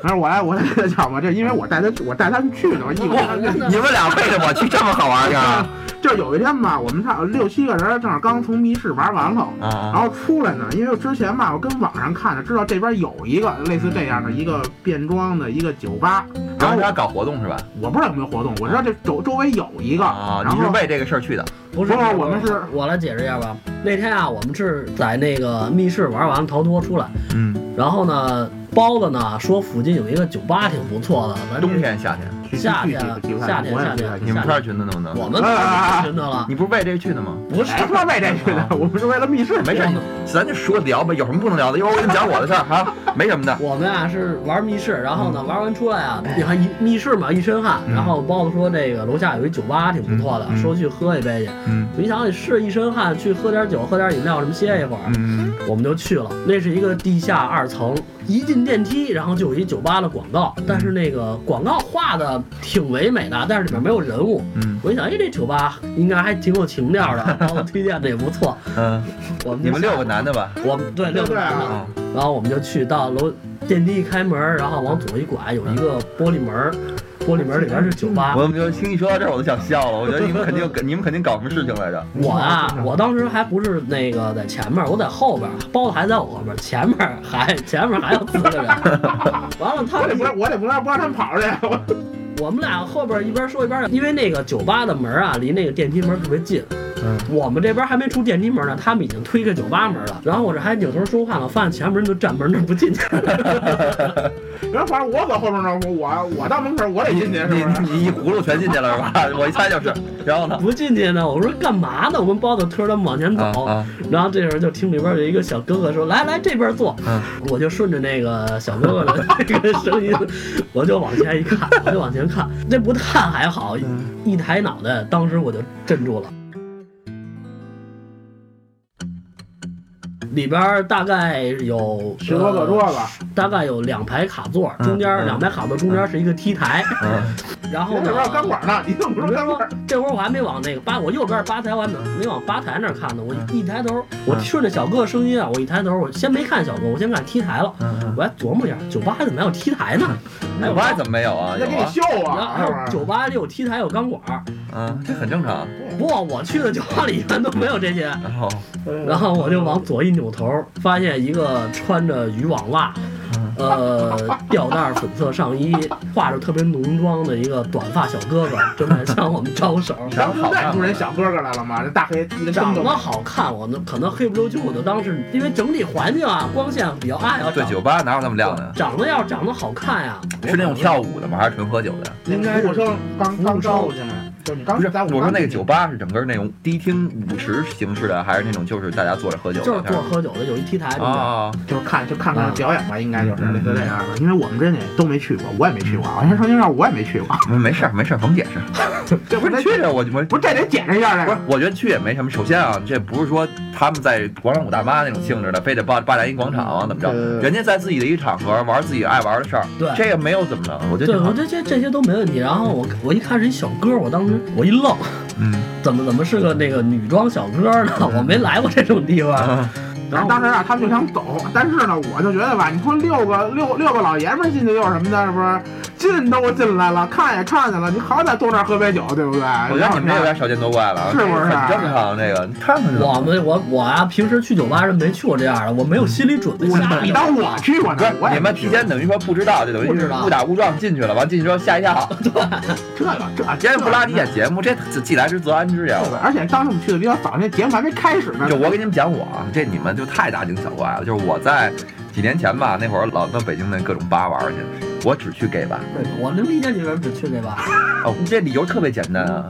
E: 反正我来我来给他讲吧，这因为我带他我带他们去的，我一
C: 我
E: 我
D: *laughs* 你们俩为了我去这么好玩的啊
E: 就是有一天吧，我们差六七个人正好刚从密室玩完了。
D: *laughs*
E: 然
D: 啊！
E: 后出来呢，因为之前吧，我跟网上看的，知道这边有一个类似这样的一个变装的一个酒吧，然
D: 然
E: 后
D: 后
E: 我
D: 他搞活动是吧？
E: 我不知道有没有活动，我知道这周周围有一个，
D: 啊，
E: 然
D: 你是
E: 后
D: 为这个事儿去的
C: 不是，
E: 不是我们是
C: 我来解释一下吧。那天啊，我们是在那个密室玩完逃脱出来，
D: 嗯，
C: 然后呢，包子呢说附近有一个酒吧挺不错的，咱
D: 冬天夏天，
E: 具体
C: 夏天
E: 具体不记不太
C: 夏
E: 清
C: 天
E: 我也
C: 夏
E: 不记
C: 天
E: 太清
D: 你们穿着裙子能不能？
C: 啊我们可是群的了，
D: 你不是为这个去的吗？
C: 不是
E: 谁说为这去的？我们是为了密室。
D: 没事，咱就说聊呗，有什么不能聊的？一会儿我给你讲我的事儿哈，没什么的。
C: 我们啊是玩密室，然后呢玩完出来啊，你看一密室嘛一身汗，
D: 嗯
C: 然后包子说这个楼下有一酒吧挺不错的，
D: 嗯嗯
C: 说去喝一杯去。
D: 嗯
C: 我一想也是一身汗，去喝点酒，喝点饮料什么歇一会儿，
D: 嗯，
C: 我们就去了。那是一个地下二层，一进电梯，然后就有一酒吧的广告，但是那个广告画的挺唯美的，但是里面没有人物。
D: 嗯
C: 我一想，哎，这酒吧应该还挺有情调的，包子推荐的也不错。
D: 嗯，
C: 我们就
D: 你们
C: 下
D: 六个男的吧？
C: 我们对六
E: 六
C: 个
E: 对
C: 人
E: 啊
C: 嘛，然后我们就去到楼电梯一开门，然后往左一拐，有一个玻璃门儿，玻璃门儿里边是酒吧。
D: 我怎么就听你说到这儿我都想笑了？我觉得你们肯定你们肯定搞什么事情来着？
C: 我啊，
D: 嗯
C: 我当时还不是那个在前面，我在后边，包子还在我后边，前面还 *laughs* 前面还有四
D: *laughs*
C: 个人。完了，他
E: 我得
C: 们
E: 不让，我得不让不让他们跑出去。我
C: 我们俩后边一边说一边，因为那个酒吧的门啊，离那个电梯门特别近。
D: 嗯，
C: 我们这边还没出电梯门呢，他们已经推开酒吧门了。然后我这还扭头说话呢，发现前面人都站门那儿不
D: *laughs*
C: 进去。
E: 然后反正我走后边呢，我我到门口我得进去，是不
D: 你
E: 是？
D: 你一葫芦全进去了是吧？ *laughs* 我一猜就是。然后呢？
C: 不进去呢，我说干嘛呢？我跟包子推着他们往前走，
D: 啊啊！
C: 然后这时候就听里边有一个小哥哥说：“来来，这边坐。
D: 嗯
C: 我就顺着那个小哥哥的那个声音，我就往前一看，我就往前看，这不看还好，
E: 嗯
C: 一抬脑袋，当时我就镇住了。里边大概有呃
E: 十多个桌子，
C: 大概有两排卡座，
D: 嗯
C: 中间、
D: 嗯
C: 两排卡座中间是一个 T 台，
D: 嗯，
C: 然后
E: 我
C: 呢
E: 这，边有钢管呢，你怎么不说
C: 别
E: 钢
C: 说
E: 管？，
C: 这会儿我还没往那个吧，我右边吧台，我还没没往吧台那儿看呢。我一抬头，我顺着小哥声音啊，我一抬头，我先没看小哥，我先看 T 台了。
D: 嗯
C: 我还琢磨一下，酒吧怎么还有 T 台呢？还有
D: 酒吧怎么没有啊？
E: 那给
D: 有
E: 你
D: 啊，
E: 秀啊，
C: 然
E: 是
C: 后
E: 吧？
C: 酒吧里有 T 台有钢管儿，
D: 嗯，这很正常。
C: 不过我去的酒吧里一般都没有这些。
D: 然后
E: 嗯
C: 然后我就往左一扭头，发现一个穿着渔网袜，呃，吊带粉色上衣，化着特别浓妆的一个短发小哥哥，正在向我们招手。
E: 当时带出人小哥哥来了
D: 嗯
E: 吗？这大黑一个
C: 长
E: 灯
C: 得
E: 笼，
C: 好看，我那可能黑不溜秋，我就当是因为整体环境啊，光线比较暗啊。
D: 对
C: 长
D: 酒吧哪有那么亮的？
C: 长得要是长得好看呀、
D: 是那种跳舞的吗？还是纯喝酒的？
E: 那服务生刚刚招呼进来，就是你刚
D: 不是，
E: 啊在
D: 我说那个酒吧是整个那种迪厅舞池形式的，还是那种就是大家坐着喝酒的？
C: 就是坐着喝酒的，有一 T 台中间
D: 啊，
E: 就是看就看看表演吧，应该就是
D: 嗯
E: 类似这样的。因为我们这里都没去过，我也没去过，我先说清楚，我也没去过。
D: 哦没没事儿没事儿，甭解释。
E: 这
D: 不是去 *laughs* 这我我
E: *laughs* 不是这得解释一下
D: 不
E: 这
D: 是
E: 个。，
D: 我觉得去也没什么。首先啊，这不是说他们在广场舞大妈那种性质的，非得霸霸占一广场啊怎么着？
E: 呃
D: 人家在自己的一个场合玩自己爱玩的事儿，
C: 对
D: 哦这个没有怎么着，我觉得
C: 对，
D: 挺
C: 我
D: 好。
C: 这这这些都没问题。然后我我一看是一小哥，我当时我一愣，
D: 嗯，
C: 怎么怎么是个那个女装小哥呢？ *laughs* 我没来过这种地方。
D: 啊
C: 然后
E: 然后当时啊，他们就想走，
D: 嗯
E: 但是呢，我就觉得吧，你说六个六六个老爷们儿进去又是什么的，是不是？进都进来了，看也看见了，你好歹坐那儿喝杯酒，对不对？
D: 我觉得你们这有点少见多怪了啊，
E: 是不是
D: 很正常，啊这个你看看就
C: 我
D: 行。
C: 们我我啊，平时去酒吧是没去过这样的，我没有心理准备。瞎
E: 嗯我你
C: 聊
E: 当我去过
D: 不
E: 呢？我
D: 是
E: 也
D: 你们提前等于说不知道，就等于
C: 不知
D: 是
C: 道
D: 误打误撞进去了，完进去之后吓一 *laughs* 跳。
E: 这个这
D: 今天不拉你演节目，这既来之则安之呀。
E: 对吧而且当时我们去的比较早，那节目还没开始呢。
D: 就我给你们讲我啊，这你们就太大惊小怪了。就是我在几年前吧，那会儿老到北京的各种吧玩去，我只去 gay 吧。
C: 我能理解你为什么只去这吧，
D: 哦，这理由特别简单啊，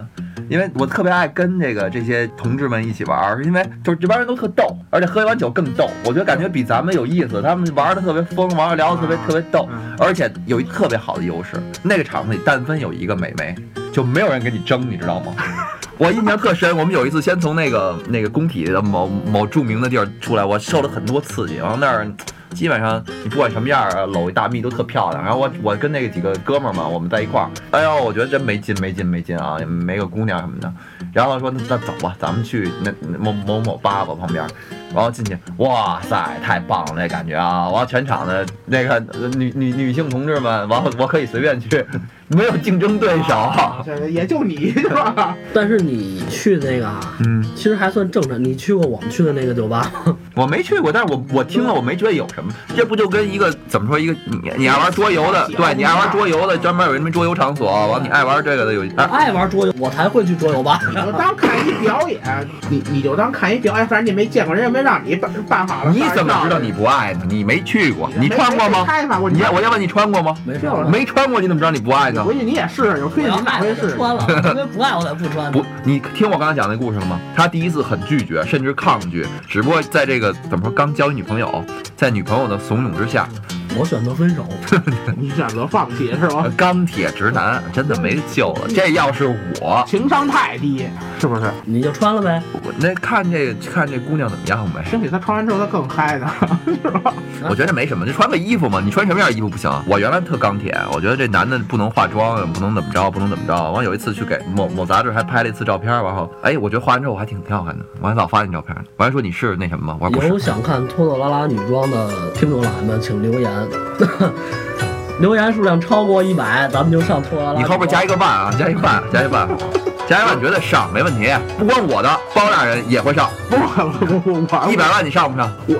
D: 因为我特别爱跟这个这些同志们一起玩儿，因为就是这帮人都特逗，而且喝完酒更逗。我觉得感觉比咱们有意思，他们玩的特别疯，玩的聊的特别特别逗，
E: 嗯
D: 而且有一特别好的优势，那个场子里但凡有一个美眉，就没有人跟你争，你知道吗？ *laughs* 我印象特深，我们有一次先从那个那个工体的某某著名的地儿出来，我受了很多刺激，然后那儿。基本上你不管什么样儿，啊搂一大蜜都特漂亮。然后我我跟那几个哥们儿嘛，我们在一块儿，哎呦，我觉得真没劲没劲没劲啊，也没个姑娘什么的。然后说那那走吧，咱们去那那某某某吧吧旁边儿。然后进去，哇塞，太棒了，那感觉啊！完全场的那个呃女女女性同志们，完我可以随便去，没有竞争对手。
E: 这也就你是吧？
C: 但是你去那个啊，
D: 嗯，
C: 其实还算正常。你去过我们去的那个酒吧吗？
D: 我没去过，但是我我听了我没觉得有什么，这不就跟一个怎么说一个你你爱玩桌游的，对你爱玩桌游的，专门有什么桌游场所，完你爱玩这个的有
C: 我
D: 啊
C: 爱玩桌游，我才会去桌游
D: *laughs*
C: 吧。
E: 你就当看一表演，你你就当看一表演，反正你没见过，人家没让你办办法了。
D: 你怎么知道你不爱呢？你没去过，
E: 没
D: 你穿过吗？
E: 开发过，
D: 你
E: 你
D: 我要问你穿过吗？
C: 没事儿，
D: 没穿过你怎么知道你不爱呢
E: 回？去你也试试，有推
C: 我
E: 荐
C: 要
E: 你哪
C: 爱
E: 回
C: 我
E: 试
C: 就
E: 试。
C: 穿了，因为不爱我才不穿。
D: 不，你听我刚才讲那故事了吗？他第一次很拒绝，甚至抗拒，只不过在这个怎么说，刚交女朋友，在女朋友的怂恿之下，
C: 我选择分手。
E: 你选择放弃是吧？
D: 钢铁直男真的没救了。这要是我，
E: 情商太低，是不是？
C: 你就穿了呗，
D: 我那看这看这姑娘怎么样呗。
E: 兴许他穿完之后他更嗨呢。
D: 我觉得没什么，就穿个衣服嘛。你穿什么样衣服不行？啊我原来特钢铁，我觉得这男的不能化妆，不能怎么着，不能怎么着。完有一次去给某某杂志还拍了一次照片，然后哎，我觉得化完之后我还挺挺好看的，我还老发你照片呢。我还说你是那什么吗？我说不是。
C: 有想看拖拖拉拉女装的听众老爷们，请留言。 *laughs* 留言数量超过一百，咱们就上拖拖拉拉。
D: 你后边加一
C: 个，
D: 个万啊，加一万，加一万，加一万绝对上，没问题。不光我的，包大人也会上，
E: 不，我我我
D: 一百啊万你上不上？
E: 我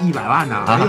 E: 一百万呢？哎呦，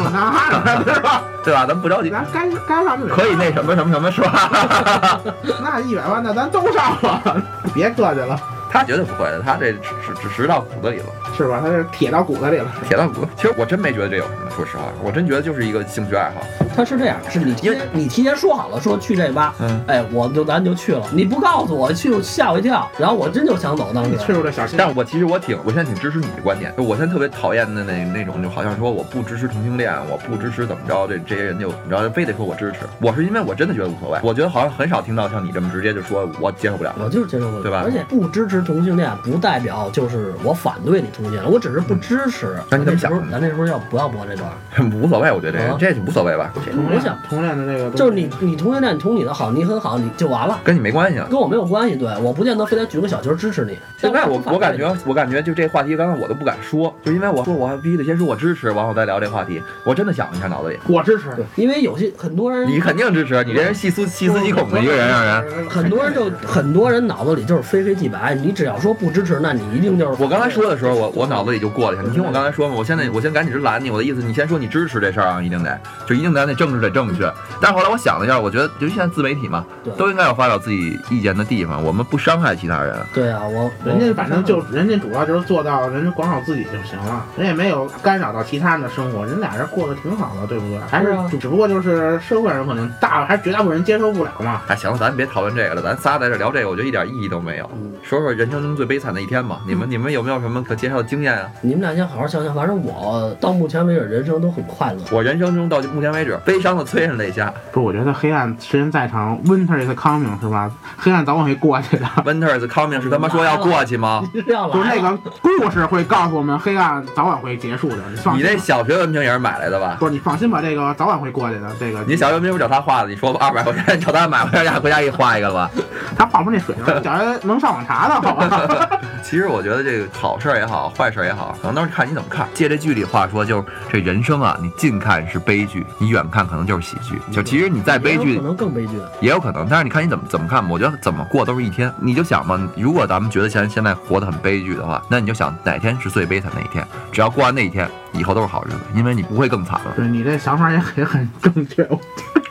E: 那是
D: *laughs*
E: 吧？
D: 对吧？咱不着急，
E: 咱该该上就得
D: 可以那什么什么什么，是吧？ *laughs*
E: 那一百万那咱都上了，
D: *laughs*
E: 别客气了，
D: 他绝对不会的，他这只只只直到骨子里了，
E: 是吧？他是铁到骨子里了。
D: 铁到骨。其实我真没觉得这有什么，说实话，我真觉得就是一个兴趣爱好。
C: 他是这样，是你提前你提前说好了，说去这吧，
D: 嗯，
C: 哎，我就咱就去了，你不告诉我去，吓我一跳，然后我真就想走，当
E: 你去
C: 时
E: 过这小心
D: 但我其实我挺，我现在挺支持你的观点，就我现在特别讨厌的那那种，就好像说我不支持同性恋，我不支持怎么着，这这些人就你知道，非得说我支持。我是因为我真的觉得无所谓，我觉得好像很少听到像你这么直接就说我接受不了。
C: 我就是接受不了，
D: 对吧
C: 而且不支持同性恋，不代表就是我反对你同性西了，我只是不支持。
D: 嗯那你怎么
C: 咱那时
D: 想的
C: 候咱那时候要不要播这段？
D: *laughs* 无所谓，我觉得这
C: 啊
D: 个这无所谓吧，这
E: 同
C: 我
E: 恋
C: 想
E: 同恋的这个都
C: 就是你，你同性恋，你同你的好，你很好，你就完了，
D: 跟你没关系啊。
C: 跟我没有关系。对，我不见得非得举个小旗儿支持你。
D: 现在
C: 但
D: 我
C: 不反
D: 我感
C: 对
D: 觉我感觉就这话题，刚才我都不敢说，就因为我说我必须得先说我支持，完后再聊这话题。我真的想了一下脑子里，
E: 我支持，
C: 对，因为有些很多人，
D: 你肯定支持，啊你这人细思细思极恐的一个人，让人。
C: 很多人就很多人脑子里就是非黑即白，你只要说不支持，那你一定就是
D: 我刚才说的时候，我我脑子里就过了一下。你听我刚才说嘛，我现在我先赶紧是拦你，我的意思，你先说你支持这事儿啊，一定得就一定咱得政治得正确。但是后来我想了一下，我觉得就是现在自媒体嘛
C: 对，
D: 都应该有发表自己意见的地方，我们不伤害其他人。
C: 对啊，我
E: *laughs* 人家反正就人家主要就是做到人家管好自己就行了，人也没有干扰到其他人的生活，人俩人过得挺好的，对不对？还
C: 是
E: 是
C: 啊
E: 只只不过就是社会上可能大还是绝大部分人接受不了嘛。
D: 哎，行了，咱别讨论这个了，咱仨在这聊这个，我觉得一点意义都没有。
C: 嗯，
D: 说说人生中最悲惨的一天吧，你们你们有没有什么可介绍的经验啊？
C: 你们俩先好好想想，反正我到目前为止人生都很快
E: *laughs*
C: 乐。
D: 我人生中到目前为止，悲伤的催人泪 *laughs* 下
E: 不，我觉得黑暗时间再长，Winter is coming 是吧？黑暗早晚会过去的。
D: ，Winter is coming 是他妈说要过去吗？
C: 要
E: 就是
C: 来
E: 那
C: 了，
E: 个故事会告诉我们，黑暗早晚会结束的。你放
D: 你
E: 心吧，
D: 那小学文凭也是买来的吧？
E: 不是你放心吧，这个早晚会过去的。这个
D: 你小学文凭不找他画的，你说吧，二百块钱找他买回家回家给你画一个吧。
E: 他画不出那水平，小学能上网查的好吧？
D: *laughs* 其实我觉得这个好事儿也好，坏事儿也好，可能都是看你怎么看。借这剧里话说，就是这人生啊，你近看是悲剧，你远看可能就是喜剧。就其实你在悲
C: 也有
D: 剧
C: 可能更悲剧。
D: 也有可能，但是你看你怎么怎么看吧。我觉得怎么过都是一天。你就想嘛，如果咱们觉得现现在活得很悲剧的话，那你就想哪天是最悲惨的一天。只要过完那一天，以后都是好日子，因为你不会更惨了。嗯
E: 对你这想法也很很正确。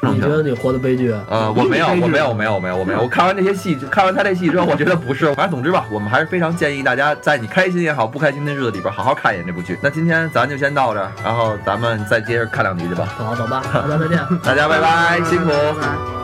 C: 你觉得你活的悲剧？
D: 呃，我没有，我没有，我没有，我没有，我没有。我看完这些戏，看完他这戏之后，我觉得不是。反正总之吧，我们还是非常建议大家在你开心也好，不开心的日子里边，好好看一眼这部剧。那今天咱就先到这儿，然后咱们再接着看两集去吧。
C: 好，走吧，大家再见。
D: 大家拜拜，辛苦。
E: 拜拜